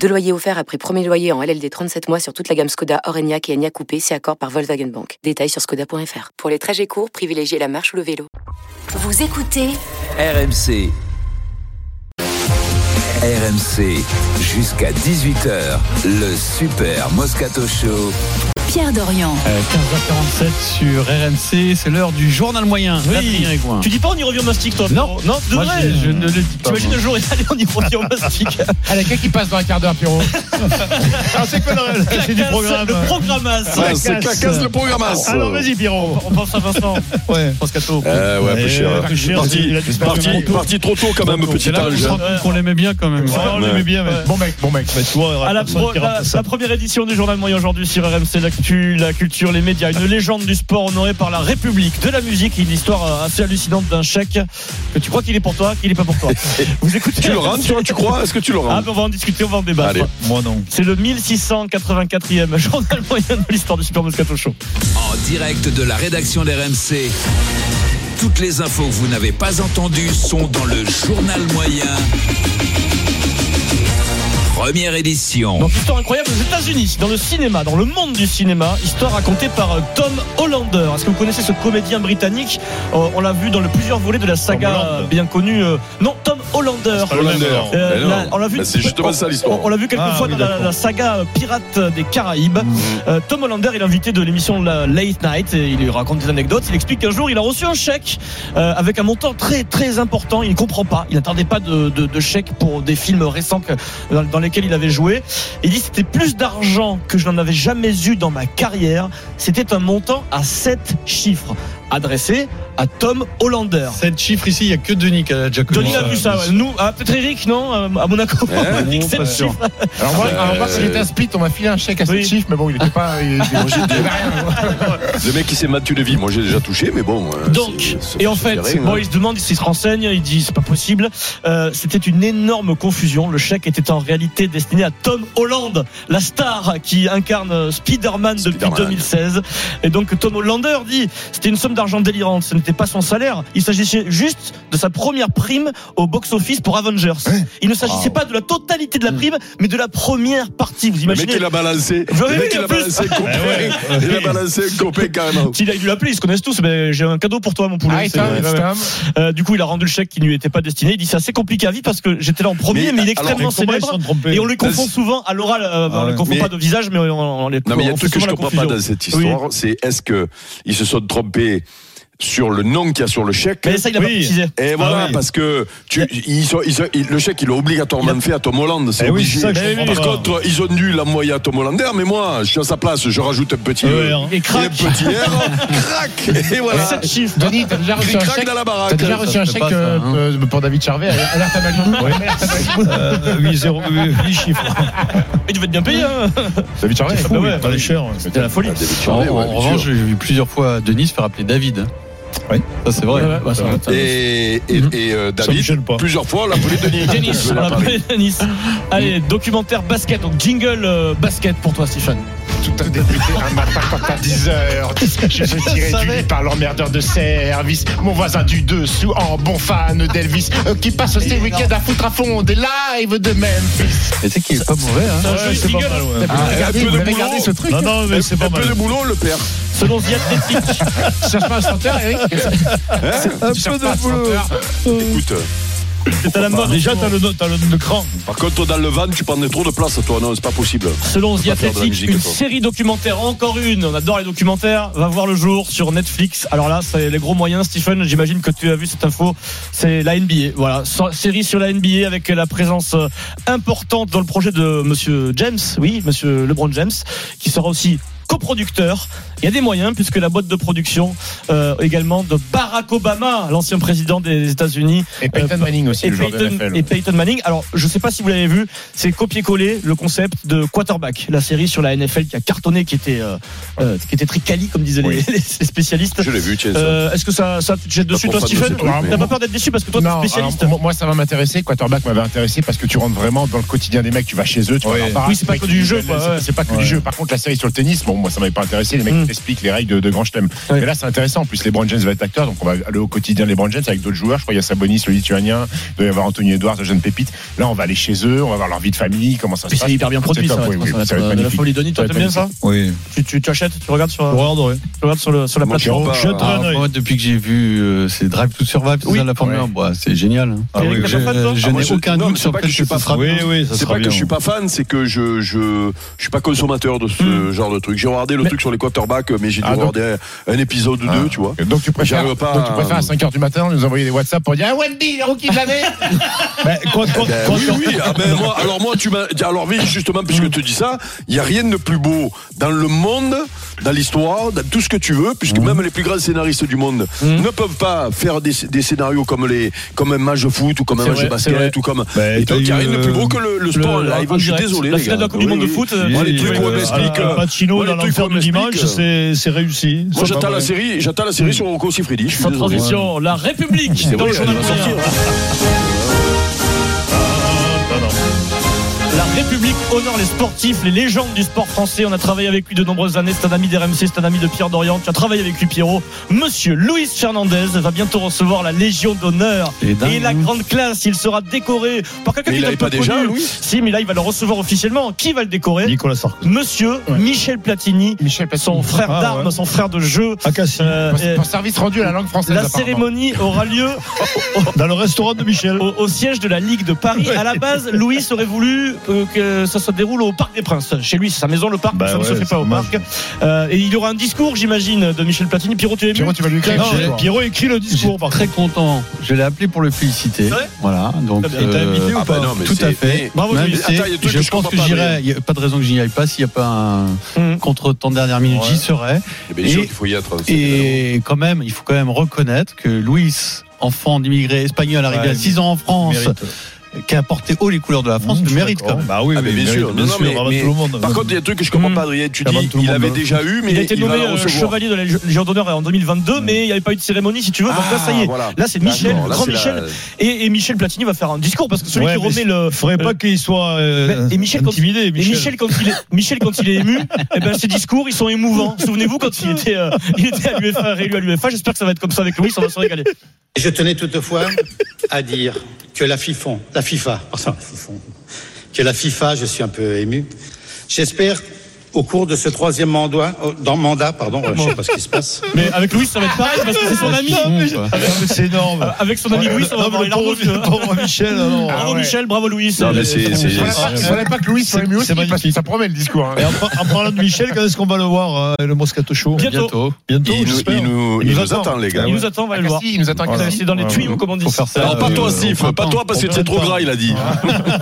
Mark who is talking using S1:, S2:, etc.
S1: Deux loyers offerts après premier loyer en LLD 37 mois sur toute la gamme Skoda, Orenia et Enya Coupé, si accord par Volkswagen Bank. Détails sur skoda.fr. Pour les trajets courts, privilégiez la marche ou le vélo.
S2: Vous écoutez
S3: RMC. RMC jusqu'à 18h, le Super Moscato Show.
S2: Pierre Dorian.
S4: Euh, 15h47 sur RMC, c'est l'heure du journal moyen. Adrien
S5: Hein.
S4: Aigouin.
S6: Tu dis pas on y revient au mastic toi
S4: Non.
S6: Pierrot non, de
S4: Moi,
S6: vrai.
S4: je, je ne le dis pas.
S6: T'imagines
S4: moi.
S6: le jour est allé on y revient au mastic.
S5: Allez, qu'est-ce qui passe dans un quart d'heure, Pierrot C'est quoi le
S6: La
S5: du
S6: casse,
S5: programme
S6: Le programmasse.
S5: Ouais.
S7: c'est que la casse le programme. hein.
S5: Alors vas-y, Pierrot.
S6: On pense à Vincent.
S5: Ouais.
S6: Pense qu'à tôt.
S7: Euh, ouais,
S5: Ouais,
S7: plus cher.
S5: plus cher,
S7: Parti,
S5: il a disparu
S7: parti,
S5: trop tôt.
S7: parti trop tôt quand même, petit
S5: C'est là qu'on
S7: ange.
S5: se rend compte qu'on l'aimait bien quand même.
S6: Ouais,
S5: on
S7: ouais.
S5: l'aimait bien, mais
S6: Ouais.
S5: bon mec, bon mec. Mais toi,
S6: À la, pro- la- la première édition du journal moyen aujourd'hui sur RMC, l'actu, la culture, les médias, une légende du sport honorée par la République, de la musique et une histoire euh, assez hallucinante d'un chèque que tu crois qu'il est pour toi, qu'il est pas pour toi. Vous écoutez
S7: Tu le rends, toi, tu crois Est-ce que tu le
S6: Ah,
S7: rends
S6: ben, on va en discuter, on va en débattre.
S7: Allez.
S5: Moi non.
S6: C'est le 1684e journal moyen de l'histoire du Super Moscato Show.
S3: En direct de la rédaction d'RMC. Toutes les infos que vous n'avez pas entendues sont dans le journal moyen. Première édition.
S6: Donc histoire incroyable aux États-Unis, dans le cinéma, dans le monde du cinéma, histoire racontée par euh, Tom Hollander. Est-ce que vous connaissez ce comédien britannique Euh, On l'a vu dans le plusieurs volets de la saga
S5: Holland.
S6: euh, bien connue. euh, Non, Tom Hollander.
S5: pas le même,
S7: Hollander.
S5: alors.
S6: Euh,
S7: Ah, Mais non.
S6: la- on l'a vu.
S7: Bah, C'est justement ça l'histoire.
S6: On, on l'a vu quelques
S5: Ah,
S6: fois
S5: oui,
S6: dans la,
S5: d'accord.
S6: la saga euh, Pirates des Caraïbes.
S7: Mm.
S6: Euh, Tom Hollander est l'invité de l'émission La Late Night et il lui raconte des anecdotes. Il explique qu'un jour il a reçu un chèque euh, avec un montant très très important. Il ne comprend pas. Il n'attendait pas de, de- de chèque pour des films récents que- dans, dans lesquels il avait joué. Il dit c'était plus d'argent que je n'en avais jamais eu dans ma carrière. C'était un montant à 7 chiffres adressé à Tom Hollander.
S5: Cette chiffre ici, il n'y a que Denis qui a déjà connu.
S6: Denis a vu ça, ouais. nous, ah, peut-être Eric, non euh, À Monaco,
S7: Eh,
S6: Eric,
S5: non,
S6: sept
S5: pas sûr.
S6: chiffres.
S5: Alors moi,
S7: Euh,
S5: alors moi, quand il était à Split, on m'a filé un chèque à
S6: Oui.
S5: cette chiffre, mais bon, il était pas. Il était- il avait rien.
S7: Le mec qui s'est Mathieu Lévy, moi j'ai déjà touché, mais bon. euh,
S6: Donc,
S7: c'est- c'est-
S6: et en
S7: c'est
S6: fait,
S7: rien,
S6: bon,
S7: hein.
S6: il se demande, s'il se renseigne, il dit c'est pas possible. Euh, C'était une énorme confusion. Le chèque était en réalité destiné à Tom Holland, la star qui incarne Spider-Man depuis
S7: Spider-Man.
S6: 2016. Et donc Tom Hollander dit c'était une somme d'argent délirante, ce n'était pas son salaire. Il s'agissait juste de sa première prime au box-office pour Avengers. Il ne s'agissait
S5: Wow.
S6: pas de la totalité de la prime, mais de la première partie. Vous
S7: Le mec
S6: imaginez
S7: il a balancé.
S6: Oui,
S7: Le mec
S6: en
S7: il a
S6: plus. Eh
S7: balancé un copain. Il a balancé un copain carrément.
S6: s'il a dû l'appeler, ils se connaissent tous, mais j'ai un cadeau pour toi, mon poulet.
S5: Ah,
S6: C'est-
S5: Tom,
S6: ouais, ouais.
S5: Tom.
S6: Euh, du coup, il a rendu le chèque qui ne lui était pas destiné. Il dit c'est assez compliqué à vivre parce que j'étais là en premier, mais,
S7: Mais,
S6: il est
S7: alors,
S6: extrêmement célèbre. Et on le confond
S7: Dans-
S6: souvent à l'oral. euh,
S5: Ah
S6: on ne
S5: ouais.
S6: confond
S7: Mais-
S6: pas de visage, mais on, on les
S7: Non, mais il y a un
S6: on
S7: truc
S6: fait
S7: que je
S6: souvent la
S7: comprends pas
S6: confusion.
S7: dans cette histoire, c'est est-ce que ils se sont trompés sur le nom qu'il y a sur le chèque
S6: Mais ça, il a pas
S5: Oui.
S6: précisé. Ah
S7: Et voilà,
S5: oui.
S7: parce que tu, ils sont- ils sont- ils- le chèque, il est obligatoirement fait à Tom Holland. C'est
S5: Eh oui,
S7: obligé.
S5: c'est ça que je
S7: Par
S5: comprends pas.
S7: contre, ils ont dû l'envoyer à Tom Hollander, mais moi, je suis à sa place, je rajoute un petit.
S5: Ouais,
S7: E,
S5: hein.
S6: Et
S7: et un
S6: crac,
S7: petit R, crac Et voilà.
S6: sept chiffres.
S5: Denis, t'as déjà reçu un
S7: Crac
S5: chèque
S7: dans la
S5: T'as
S7: baraque.
S5: déjà reçu un
S4: ça se
S5: chèque
S4: passe,
S5: euh,
S4: hein.
S5: euh, pour David Charvet Alerte à Malibu Alerte à Malibu.
S4: Euh, 8, 0, 8 chiffres.
S6: Mais tu vas être bien payé. hein.
S5: David Charvet,
S6: Ah,
S5: il est
S6: bah
S5: fou,
S6: ouais,
S5: il est pas
S6: ouais.
S5: les chers.
S6: C'était la folie.
S7: Ah, David
S4: En,
S7: Charvet,
S4: en
S7: ouais, bien
S4: revanche,
S7: sûr.
S4: j'ai vu plusieurs fois Denis se faire appeler David.
S5: Oui.
S4: Ça, c'est vrai.
S5: Ouais, ouais, bah, ça va, ça va.
S7: Et, et, et, euh,
S5: Ça me
S7: David,
S5: gêne pas.
S7: plusieurs fois, on l'a appelé Denis.
S6: Tennis,
S7: Je
S6: on
S7: l'ai parlé.
S6: l'appelle Tennis. Allez, documentaire basket, donc jingle euh, basket pour toi, Stéphane.
S5: Tout a débuté un matin quand à 10h. Je suis tiré du lit par l'emmerdeur de service. Mon voisin du dessous, en bon fan d'Elvis, euh, qui passe ses week-ends à foutre à fond des lives de Memphis.
S4: Mais tu sais qu'il est pas mauvais. Hein.
S6: C'est un jeu Euh, jingle.
S7: Ah, un peu de boulot.
S5: truc Non, non, mais c'est
S7: Un peu de boulot, on le perd.
S6: Selon The Athletic,
S5: Tu cherches pas un chanteur, Eric Un peu de boulot.
S7: hein Écoute, euh,
S6: c'est à la mode.
S5: Bah, Déjà, t'as le, t'as le, le cran.
S7: par contre, dans le van, tu prendrais trop de place, toi. Non, c'est pas possible.
S6: Selon The
S7: pas faire de la
S6: Athletic,
S7: musique,
S6: une
S7: toi.
S6: série documentaire, encore une, on adore les documentaires, va voir le jour sur Netflix. Alors là, c'est les gros moyens, Stephen, j'imagine que tu as vu cette info, c'est la NBA. Voilà, So- série sur la NBA avec la présence euh, importante dans le projet de monsieur James, oui, monsieur LeBron James, qui sera aussi coproducteur. Il y a des moyens puisque la boîte de production euh, également de Barack Obama, l'ancien président des États-Unis,
S5: Euh, Et Peyton Manning aussi,
S6: et
S5: le joueur de
S6: Peyton,
S5: NFL.
S6: et Peyton Manning. Alors, je sais pas si vous l'avez vu, c'est copier-coller le concept de Quarterback, la série sur la NFL qui a cartonné, qui était, euh, euh, qui était très quali, comme disaient les, les spécialistes.
S7: Je l'ai vu, tiens. ça. Ah,
S6: Euh, Est-ce que ça, ça tu te jettes
S7: Pas
S6: dessus,
S7: trop
S6: toi,
S7: fan de
S6: Stephen
S7: ces trucs,
S6: T'as
S7: mais-
S6: pas peur d'être déçu parce que toi, t'es
S5: Non,
S6: spécialiste.
S5: alors, moi- moi ça va m'intéresser. Quarterback m'avait intéressé parce que tu rentres vraiment dans le quotidien des mecs. Tu vas chez eux, tu vas
S6: Ouais.
S5: leur parler,
S6: Oui, c'est pas
S5: les
S6: que
S5: mecs,
S6: du
S5: ils
S6: jeu,
S5: viennent,
S6: quoi,
S5: c'est-
S6: ouais.
S5: C'est pas que
S6: Ouais.
S5: du jeu. Par contre, la série sur le tennis, bon, moi ça m'avait pas intéressé. Les mecs
S6: Mm.
S5: ils t'expliquent les règles de, de grand chelem.
S6: Ouais.
S5: Mais là, c'est intéressant. En plus, les Brown James va être acteur, donc on va aller au quotidien des Brown James avec d'autres joueurs. Je crois qu'il y a Sabonis, le Lituanien. Il doit y avoir Anthony Edwards, le jeune pépite. Là, on va aller chez eux, on va voir leur vie de famille, comment ça se
S6: Puis
S5: passe.
S6: c'est hyper bien produit,
S5: C'est
S6: ça.
S5: top,
S6: va
S5: oui,
S6: être-
S5: oui,
S6: ça va
S5: ça
S6: être
S5: va être
S6: de la
S5: magnifique.
S6: folie. Denis, toi,
S5: Ça va
S6: t'aimes bien
S5: être
S6: ça
S4: Oui.
S6: tu, tu, tu achètes, tu regardes sur, tu
S4: J'aurais adoré.
S6: regardes sur, le, sur la
S7: Moi, je
S6: plateforme.
S7: sais pas.
S6: Je te
S7: Ah,
S6: donne un œil.
S4: moi, depuis que j'ai vu euh, ces Drive to Survive, tout
S6: Oui.
S4: ça, la Formule
S5: Ouais.
S4: 1, bah, c'est génial. hein.
S6: Ah oui,
S4: Je-
S6: t'as pas de temps
S4: Je
S7: Ah, moi,
S4: n'ai
S7: je-
S4: aucun
S7: non, mais
S4: doute
S7: c'est
S4: sur
S7: pas
S4: le
S7: que
S4: fait
S7: je
S4: que
S7: suis pas
S4: ça sera
S7: fan.
S4: bien.
S7: Oui, C'est pas que je suis pas fan, c'est que je, je, je suis pas consommateur de ce genre de truc. J'ai regardé le
S6: Mais-
S7: truc sur les quarterbacks, mais j'ai dû
S5: Ah, donc-
S7: regarder un, un épisode ou
S5: Ah.
S7: deux, tu vois.
S5: Donc tu préfères,
S7: J'arrive pas
S5: donc, tu
S7: à-
S5: préfères à 5h du matin nous envoyer des WhatsApp pour dire Ah, Wendy, le rookie de l'année
S6: Ben, quoi- quoi-
S7: Ben
S6: quoi- Hmm.
S7: oui, oui. Ah ben, moi, alors moi, tu m'as. Alors oui, justement, puisque tu dis ça, il n'y a rien de plus beau dans le monde, dans l'histoire, dans tout ce que tu veux,
S6: Hmm.
S7: puisque même les plus grands scénaristes du monde ne peuvent pas faire des, des scénarios comme les, comme un match de foot ou comme un
S6: C'est
S7: match
S6: vrai,
S7: de
S6: c'est vrai. Bah,
S7: basket ou comme.
S4: Ben,
S7: et donc,
S4: t'as
S7: il n'y a
S4: eu,
S7: rien de
S4: euh,
S7: plus beau que le, le sport
S6: le-
S7: live.
S6: en
S7: Je suis
S6: direct,
S7: désolé.
S6: La
S7: les
S6: finale de la
S7: gars.
S6: Coupe du
S7: Oui,
S6: Monde de
S7: oui.
S6: foot,
S7: Moi, les trucs qu'on
S6: euh,
S7: m'explique,
S6: à- à
S7: euh,
S6: Pacino
S7: moi, les
S6: dans
S7: trucs
S6: l'enfer
S7: qu'on
S6: du dimanche,
S7: m'explique,
S6: c'est c'est réussi.
S7: euh, Moi,
S6: Sans-
S7: j'attends la série. J'attends la série sur Rocco Siffredi. Je suis
S6: Sans
S7: désolé.
S6: transition, la République
S7: C'est
S6: dans
S7: vrai,
S6: le
S7: elle
S6: journal
S7: va
S6: moyen.
S7: sortir.
S6: La République honore les sportifs, les légendes du sport français. On a travaillé avec lui de nombreuses années. C'est un ami d'RMC, c'est un ami de Pierre Dorian. Tu as travaillé avec lui, Pierrot. Monsieur Luis Fernandez va bientôt recevoir la Légion d'honneur.
S4: Et dingue,
S6: Et la
S4: hein.
S6: grande classe, il sera décoré par quelqu'un
S7: Mais
S6: qui
S7: il
S6: est un
S7: l'avait
S6: peu
S7: pas
S6: connu.
S7: déjà, Louis
S6: Si, mais là, il va le recevoir officiellement. Qui va le décorer
S4: Nicolas Sarkozy.
S6: Monsieur
S5: Ouais.
S6: Michel Platini,
S5: Michel Platini.
S6: son frère
S4: Ah,
S6: d'armes,
S4: ouais.
S6: son frère de jeu.
S4: Ah, Cassis.
S6: Euh,
S5: Pour-
S6: et-
S5: Pour service rendu à la langue française.
S6: la
S5: apparemment.
S6: cérémonie aura lieu
S4: Dans le restaurant de Michel.
S6: au, au siège de la Ligue de Paris. À la base, Louis aurait voulu euh, que ça se déroule au Parc des Princes. Chez lui, c'est sa maison, le parc,
S4: Bah
S6: ça
S4: ouais,
S6: ne se fait
S4: c'est
S6: pas au
S4: dommage.
S6: parc. Euh, et il y aura un discours, j'imagine, de Michel Platini. Pierrot, tu es ému
S5: Pierrot, tu vas lui écrire.
S4: Non,
S5: chez
S4: mais-
S5: toi.
S6: Pierrot écrit le discours,
S4: J'étais
S6: par contre.
S4: très content. Je l'ai appelé pour le féliciter.
S6: C'est vrai
S4: Voilà. Donc, euh,
S6: T'as- t'as invité ou
S7: Ah, bah, non, mais
S4: Tout
S7: c'est-
S4: à fait.
S6: Bravo,
S4: Même
S6: Louis.
S4: si
S7: Attends, il y a des trucs que
S4: je
S7: je
S4: pense
S7: comprends
S4: que
S7: pas,
S4: j'irai. Il n'y a pas de raison que j'y aille pas. S'il n'y a pas un
S6: Hum.
S4: contre-temps dernière minute,
S5: Ouais.
S4: j'y serai.
S7: Eh bien sûr
S4: Et-
S7: qu'il faut y être. c'est évidemment.
S4: Et quand même, il faut quand même reconnaître que Louis, enfant d'immigrés espagnols arrivé
S6: Ouais,
S4: à 6 ans en France, qui a porté haut les couleurs de la
S7: Mmh,
S4: France, le mérite quand même.
S6: Bah oui,
S7: Ah, mais bien sûr. Non, non, mais- mais- Par contre, il y a un truc que je comprends
S6: Mmh.
S7: pas, Adrien. Tu
S4: Ça va,
S7: dis,
S4: tout le
S7: il
S4: monde
S7: avait
S4: le-
S7: déjà eu, mais
S6: il a été
S7: va
S6: nommé
S7: le
S6: euh,
S7: recevoir.
S6: chevalier de la Légion d'honneur en 2022, mais il n'y avait pas eu de cérémonie, si tu veux. Donc là, ça y est.
S7: voilà.
S6: Là, c'est Michel,
S7: Ah. D'accord, là,
S6: grand
S7: c'est la-
S6: Michel. Oh, Et, et Michel Platini va faire un discours parce que celui
S4: Ouais,
S6: qui
S4: mais
S6: remet le.
S4: faudrait
S6: pas
S4: qu'il soit
S6: Euh,
S4: euh,
S6: Ben, et Michel, quand-
S4: intimidé.
S6: Et Michel, quand il est, Michel, quand il est ému, eh ben, ses discours, ils sont émouvants. Souvenez-vous quand il était, euh, il était à l'UEFA, réélu à l'UEFA. J'espère que ça va être comme ça avec Louis, on va se régaler.
S8: Je tenais toutefois à dire que la FIFA, la FIFA, pardon, la FIFA, que la FIFA, je suis un peu ému. J'espère au cours de ce troisième mandat, oh, dans mandat, pardon, euh, je sais pas ce qui se passe.
S6: Mais avec Louis, ça va être pareil parce que c'est son ami.
S4: C'est énorme.
S6: Avec son ami Louis, on va avoir les larmes aux yeux.
S4: Michel, alors.
S6: hein. Bravo Michel, bravo Louis.
S7: Non, mais c'est- c'est-
S5: Il faudrait pas- il Ah faudrait pas que Louis soit ému aussi, parce que ça promet le discours. hein.
S4: en, parlant de Michel, quand est-ce qu'on va le voir, euh, le Moscato Show
S6: Bientôt.
S4: Bientôt,
S7: Il nous- il nous
S4: Il
S7: il
S4: nous
S7: nous attend, les gars. Oh,
S6: Il nous attend, on va
S5: Ah,
S6: le voir.
S5: si, il nous attend.
S6: Ah, C'est dans les tuyaux, comme Euh, on dit.
S4: Faut faire ça. euh,
S7: Alors, pas toi, Steve, pas toi, parce que c'est trop gras, il a dit.